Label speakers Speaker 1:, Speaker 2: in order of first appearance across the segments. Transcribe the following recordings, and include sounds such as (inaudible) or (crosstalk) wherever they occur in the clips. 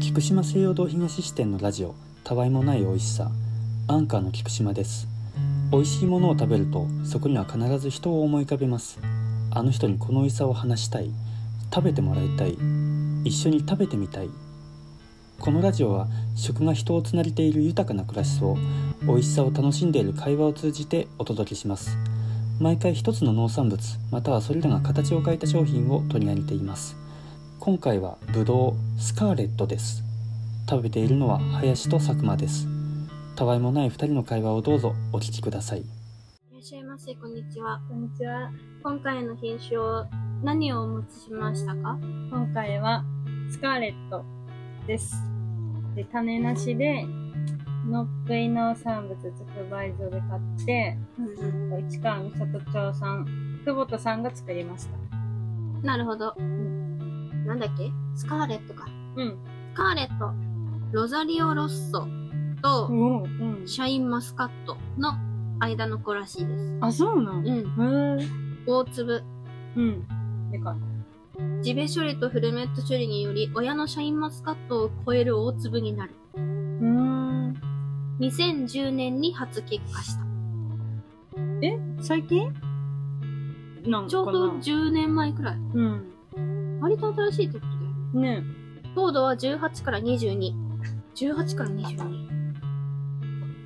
Speaker 1: 福島西洋堂東支店のラジオたわいもない美味しさアンカーの菊島です美味しいものを食べるとそこには必ず人を思い浮かべますあの人にこの美味しさを話したい食べてもらいたい一緒に食べてみたいこのラジオは食が人をつなげている豊かな暮らしを美味しさを楽しんでいる会話を通じてお届けします毎回一つの農産物またはそれらが形を変えた商品を取り上げています今回はブドウスカーレットです食べているのは林と佐久間ですたわいもない二人の会話をどうぞお聞きください
Speaker 2: いらっしゃいませ、こんにちは。
Speaker 3: こんにちは。
Speaker 2: 今回の品種を何をお持ちしましたか
Speaker 3: 今回はスカーレットです。で、種なしで、のっくい農産物直売所で買って、
Speaker 2: うん
Speaker 3: 市川美里町さん、久保田さんが作りました。
Speaker 2: なるほど。なんだっけスカーレットか。
Speaker 3: うん。
Speaker 2: スカーレット、ロザリオロッソと
Speaker 3: おうん。
Speaker 2: シャインマスカットの間の子らしいです。
Speaker 3: あ、そうなん
Speaker 2: う
Speaker 3: へ
Speaker 2: ん。
Speaker 3: ー
Speaker 2: 大粒。
Speaker 3: うん。でかい。
Speaker 2: ジベ処理とフルメット処理により、親のシャインマスカットを超える大粒になる。
Speaker 3: うーん。
Speaker 2: 2010年に初結果した。
Speaker 3: え最近なんかな
Speaker 2: ちょうど10年前くらい。
Speaker 3: うん。
Speaker 2: 割と新しいってことだよね。
Speaker 3: ね
Speaker 2: 糖度は18から22。18から22。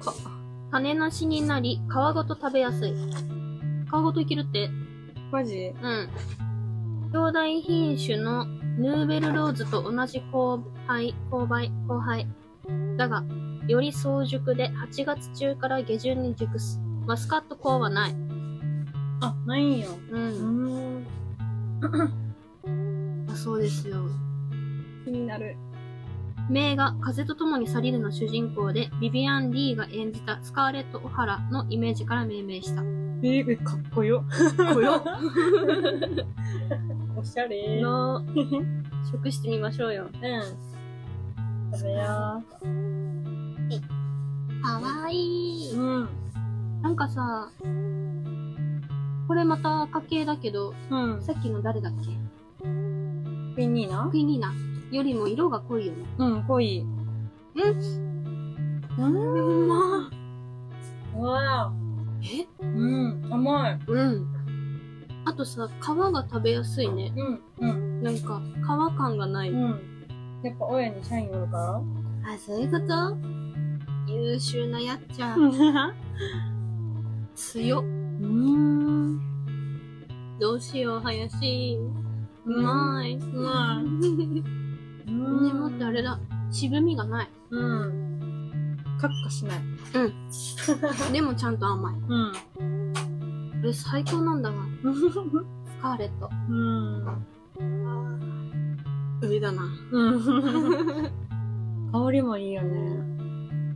Speaker 2: か、種なしになり、皮ごと食べやすい。皮ごといけるって。
Speaker 3: マジ
Speaker 2: うん。兄弟品種のヌーベルローズと同じ交配、交配、交配。だが、より早熟で8月中から下旬に熟す。マスカット効はない。
Speaker 3: あ、ないんや。
Speaker 2: う。
Speaker 3: うんーん。
Speaker 2: だそうですよ。
Speaker 3: 気になる。
Speaker 2: 名画「風と共に去りぬ」の主人公でビビアン・リーが演じたスカーレット・オハラのイメージから命名した。
Speaker 3: えー、えかっこよ。
Speaker 2: こよ
Speaker 3: おしゃれ
Speaker 2: の (laughs) 食してみましょうよ。
Speaker 3: うん。食べよ。
Speaker 2: かわいう
Speaker 3: うん。
Speaker 2: なんかさ、これまた赤系だけど、
Speaker 3: うん。
Speaker 2: さっきの誰だっけ
Speaker 3: ピンニーナ
Speaker 2: クイニーナよりも色が濃いよね。
Speaker 3: うん、濃い。うん。
Speaker 2: うま
Speaker 3: わ
Speaker 2: え
Speaker 3: ぁ。うん。甘い。
Speaker 2: うん。あとさ、皮が食べやすいね。
Speaker 3: うん。うん。
Speaker 2: なんか、皮感がない。
Speaker 3: うん。やっぱ親に社員おるか
Speaker 2: あ、そういうこと優秀なやっちゃ
Speaker 3: ら。。う
Speaker 2: 強っ。
Speaker 3: ん。
Speaker 2: どうしよう、林。うまい。
Speaker 3: うまい。うん
Speaker 2: でもってあれだ。渋みがない。
Speaker 3: うん。カッカしない。
Speaker 2: でもちゃん (laughs) と甘い。
Speaker 3: うん。
Speaker 2: これ最高なんだわ。スカーレット。
Speaker 3: うん。
Speaker 2: 上だな。
Speaker 3: うん。香りもいいよね。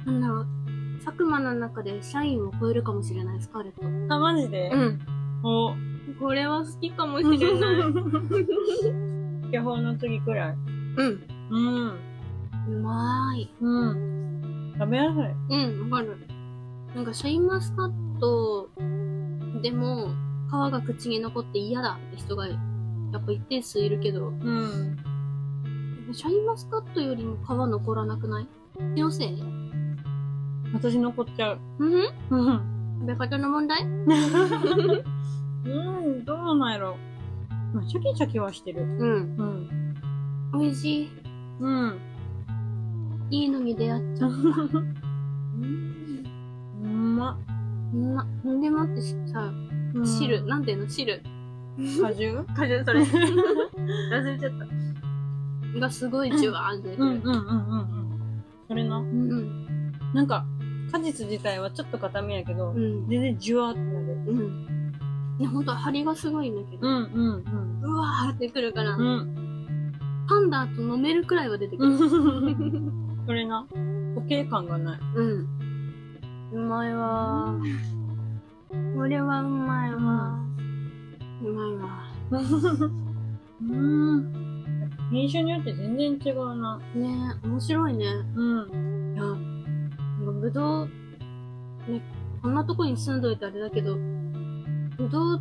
Speaker 2: なんだろう。佐久間の中で社員を超えるかもしれない、スカーレット。
Speaker 3: あ、マジで
Speaker 2: うん。
Speaker 3: お。
Speaker 2: これは好きかもし
Speaker 3: 巨
Speaker 2: れない。
Speaker 3: 峰の次くらい。
Speaker 2: うん。
Speaker 3: うん。
Speaker 2: (laughs) うまーい。
Speaker 3: うん。食べやすい。
Speaker 2: うん、わかる。なんか、シャインマスカットでも、皮が口に残って嫌だって人が、やっぱ一定数いるけど、
Speaker 3: うん。
Speaker 2: シャインマスカットよりも皮残らなくない気のせい
Speaker 3: 私残っちゃう。
Speaker 2: うん
Speaker 3: うん。
Speaker 2: 食べ方の問題
Speaker 3: うん、どうなんやろ。まあ、シャキシャキはしてる。
Speaker 2: うん。
Speaker 3: うん。
Speaker 2: 美味しい。
Speaker 3: うん。
Speaker 2: いいのに出会っち
Speaker 3: (laughs)
Speaker 2: ゃう。
Speaker 3: うま。
Speaker 2: うんま、ほんでもってさ、
Speaker 3: うん
Speaker 2: 汁、。なんていうの汁。
Speaker 3: 果汁
Speaker 2: 果汁それ。忘れちゃった。がすごいジュワーンって出て
Speaker 3: うんうん
Speaker 2: る。
Speaker 3: うんうんうん。それな。
Speaker 2: うん。
Speaker 3: なんか、果実自体はちょっと固めやけど、
Speaker 2: うん。
Speaker 3: 全然ジュワーってなる。
Speaker 2: うん。ね、ほんと張りがすごいんだけど。
Speaker 3: んうん
Speaker 2: うわーってくるから、
Speaker 3: うん。うん。
Speaker 2: パンダと飲めるくらいは出てくる。
Speaker 3: うん。それな。固形感がない。
Speaker 2: うん。うまいわー。これはうまいわー。うまいわ
Speaker 3: うん。品種によって全然違うな。
Speaker 2: ー。ねえ、面白いね。いや、
Speaker 3: うん。
Speaker 2: なんかぶどう、ね、こんなとこに住んどいてあれだけど、ぶどう、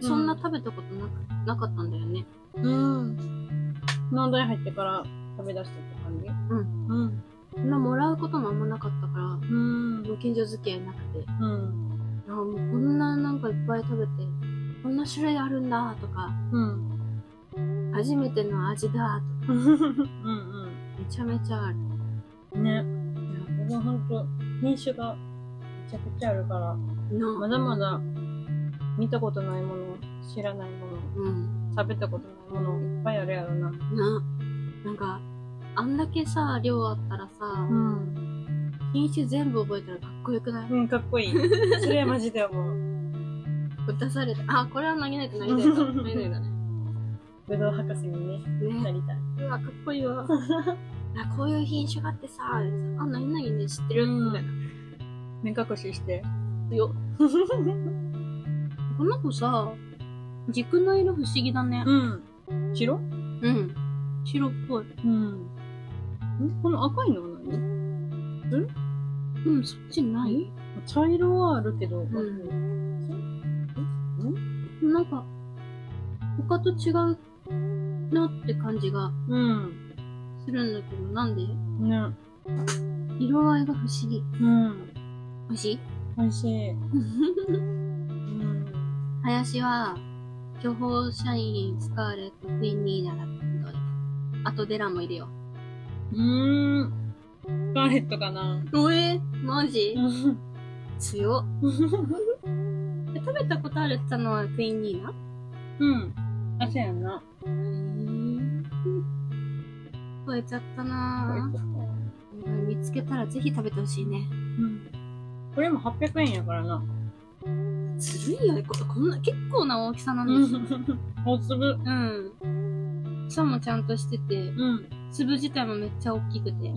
Speaker 2: そんな食べたことなく、なかったんだよね。
Speaker 3: うん。農大入ってから食べ出してって感じ
Speaker 2: う
Speaker 3: うん。
Speaker 2: そんなもらうこともあんまなかったから、
Speaker 3: うん。
Speaker 2: ご近所付き合いなくて、
Speaker 3: うん。
Speaker 2: あもうこんななんかいっぱい食べて、こんな種類あるんだとか、
Speaker 3: うん。
Speaker 2: 初めての味だと
Speaker 3: うん。うん。
Speaker 2: か、めちゃめちゃある。
Speaker 3: ね。でもほんと、品種がめちゃくちゃあるから、ま
Speaker 2: な
Speaker 3: だまだ見たことないもの、知らないもの、
Speaker 2: うん。
Speaker 3: 食べたことないもの、いっぱいあるやろな。
Speaker 2: な、なんか、あんだけさ、量あったらさ、
Speaker 3: ん。
Speaker 2: 品種全部覚えたらかっこよくない
Speaker 3: うん、かっこいい。それはマジで思う。
Speaker 2: 出された。あ、これは投げないと投げないと。投げないだね。
Speaker 3: ぶどう博士にね、な
Speaker 2: ね。
Speaker 3: りたい。
Speaker 2: うわ、かっこいいわ。あこういう品種があってさ、あ、何々ね、知ってる
Speaker 3: うん
Speaker 2: みたいな。
Speaker 3: 目隠しして。
Speaker 2: (laughs) よ。この子さ、軸の色不思議だね。
Speaker 3: うん。白
Speaker 2: うん。白っぽい。
Speaker 3: うん。この赤いのは何
Speaker 2: うん、そっちない
Speaker 3: 茶色はあるけど、
Speaker 2: んなんか、他と違うなって感じが
Speaker 3: うん。
Speaker 2: するんだけど、なんで
Speaker 3: ね。
Speaker 2: 色合いが不思議。
Speaker 3: うん。
Speaker 2: 美味しい
Speaker 3: 美味し (laughs) い。うん。
Speaker 2: 林は、巨峰、シャイン、スカーレット、クイーンニーナラット、あとデラもいるよ。
Speaker 3: うん。スカーレットか (laughs) な。
Speaker 2: おえマジ
Speaker 3: うん。
Speaker 2: 強っ。え食べたことあるって言ったのはクイーンニーナ
Speaker 3: うん。あ、そうやんな。
Speaker 2: 超えちゃったなぁ。見つけたらぜひ食べてほしいね。
Speaker 3: うん。これも800円やからな。
Speaker 2: ずるいよね、ここんな、結構な大きさな
Speaker 3: うん
Speaker 2: ですよ。
Speaker 3: 大粒。
Speaker 2: うん。草もちゃんとしてて、
Speaker 3: うん。
Speaker 2: 粒自体もめっちゃ大きくて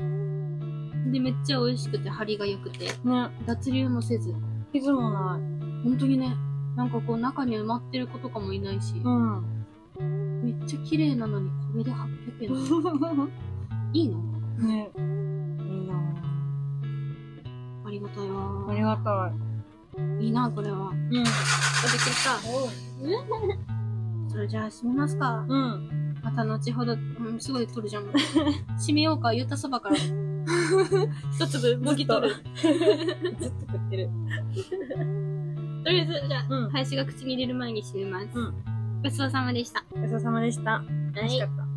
Speaker 3: う、ん
Speaker 2: で、めっちゃ美味しくて、張りが良くて、
Speaker 3: うん。ね。
Speaker 2: 脱流もせず、
Speaker 3: 傷もない。
Speaker 2: 本当にね、なんかこう中に埋まってる子とかもいないし、
Speaker 3: うん。 (laughs)
Speaker 2: めっちゃ綺麗なのにこれで800円なの。いいの
Speaker 3: ね。いいなぁ
Speaker 2: ありがたいわ。
Speaker 3: ありがたい。
Speaker 2: いいな、これは。
Speaker 3: うん。
Speaker 2: 食べてさ、それじゃあ閉めますか。
Speaker 3: うん。
Speaker 2: また後ほど、うん、すごい取 (laughs) るじゃん。閉めようか、言ったそばから。 (laughs) 一粒、もぎ取る。
Speaker 3: ずっと食ってる。
Speaker 2: とりあえず、じゃあ、
Speaker 3: うん
Speaker 2: 林が口に入れる前に閉めます。
Speaker 3: う
Speaker 2: ごちそうさまでした。
Speaker 3: ごちそうさまでした。
Speaker 2: は
Speaker 3: 美味しかった。